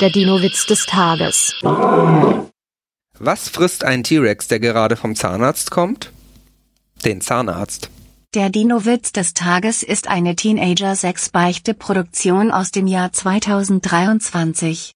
Der Dino-Witz des Tages. Was frisst ein T-Rex, der gerade vom Zahnarzt kommt? Den Zahnarzt. Der Dino-Witz des Tages ist eine Teenager-6-Beichte-Produktion aus dem Jahr 2023.